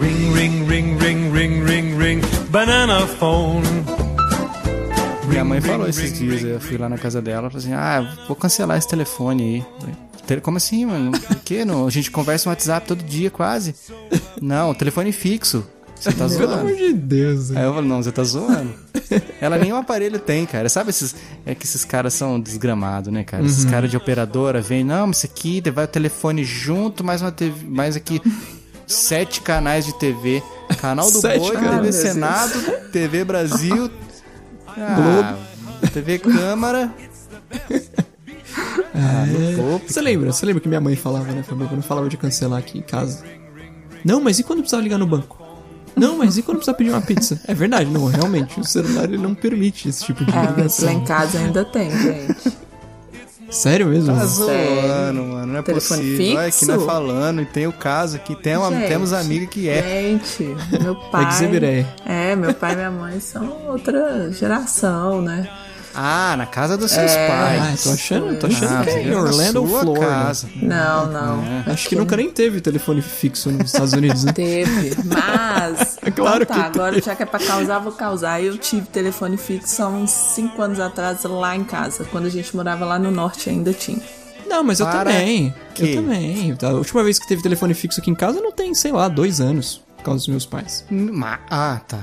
Ring, ring, ring, ring, ring, ring, ring, banana phone. Minha mãe falou esses dias, eu fui lá na casa dela, falei assim, ah, vou cancelar esse telefone aí. Tele- Como assim, mano? Por que? Não? A gente conversa no WhatsApp todo dia, quase. Não, telefone fixo. Você tá Pelo zoando. amor de Deus. Aí eu falei, não, você tá zoando. Ela nem um aparelho tem, cara. Sabe esses. É que esses caras são desgramados, né, cara? Uhum. Esses caras de operadora vêm, não, mas isso aqui vai o telefone junto, mais uma TV. Mais aqui. Sete canais de TV. Canal do Sete Boi, canais. TV Meu Senado, TV Brasil. ah, TV Câmara. Ah, É. não vou, Você lembra? Você lembra que minha mãe falava, né, Fabio? Quando falava de cancelar aqui em casa. Não, mas e quando precisava ligar no banco? Não, mas e quando precisava pedir uma pizza? É verdade, não, realmente. O celular ele não permite esse tipo de Ah, É, mas lá ligação. em casa ainda tem, gente. Sério mesmo? Tá Sério? zoando, mano. Não é Telefone possível. Olha aqui fixo? nós falando e tem o caso aqui. Tem uma, Gente. temos amiga que é. Gente, meu pai. É de Zebiré. É, meu pai e minha mãe são outra geração, né? Ah, na casa dos seus pais. Ah, tô achando, tô achando Ah, que é você em viu? Orlando ou Na sua Florida. casa. Não, É, não. Acho que nunca nem teve telefone fixo nos Estados Unidos, né? Teve, mas. Claro então que tá, agora teve. já que é pra causar, vou causar. Eu tive telefone fixo há uns 5 anos atrás lá em casa. Quando a gente morava lá no norte ainda tinha. Não, mas eu Para também. quê? Eu também. A última vez que teve telefone fixo aqui em casa não tem, sei lá, dois anos. Por causa dos meus pais. Ma- Ah, tá.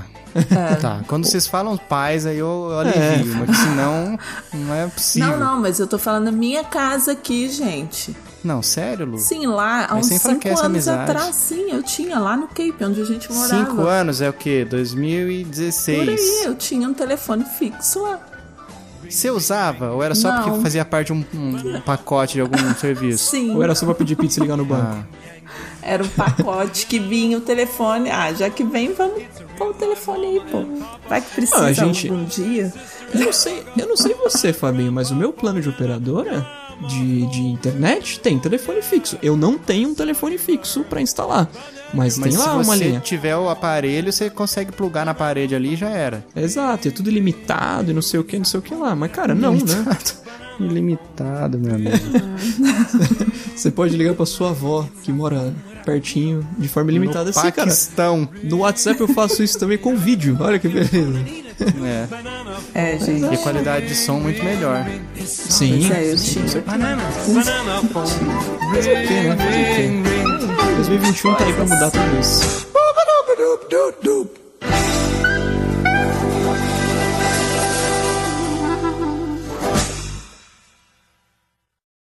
Tá. Quando vocês falam pais, aí eu, eu alivio, É. mas senão não é possível. Não, não, mas eu tô falando da minha casa aqui, gente. Não, sério, Lu? Sim, lá há Mas uns você 5 enfraquece anos a amizade. atrás, sim, eu tinha lá no Cape, onde a gente morava. Cinco anos é o quê? Por 2016. aí, eu tinha um telefone fixo lá. Você usava ou era só Não. porque fazia parte de um, um pacote de algum serviço? Sim, Ou era só pra pedir pizza e ligar no banco? Ah. era um pacote que vinha o telefone. Ah, já que vem, vamos pôr o telefone aí, pô. Vai que precisa Ah, a gente- algum dia. Eu não sei, eu não sei você, Fabinho, mas o meu plano de operadora de, de internet tem telefone fixo. Eu não tenho um telefone fixo pra instalar, mas, Mas tem se lá uma você linha. tiver o aparelho, você consegue plugar na parede ali e já era. Exato, é tudo ilimitado e não sei o que, não sei o que lá. Mas cara, não, né? Ilimitado, meu amigo. Você pode ligar pra sua avó que mora pertinho de forma ilimitada No assim, cara. Paquistão. No WhatsApp eu faço isso também com vídeo. Olha que beleza. É. É, gente. E a qualidade de som muito melhor. Sim. né? Pois é, eu tinha. Banana phone. Ah, um Por quê, né? Por quê? 2021 tá aí pra mudar tudo isso.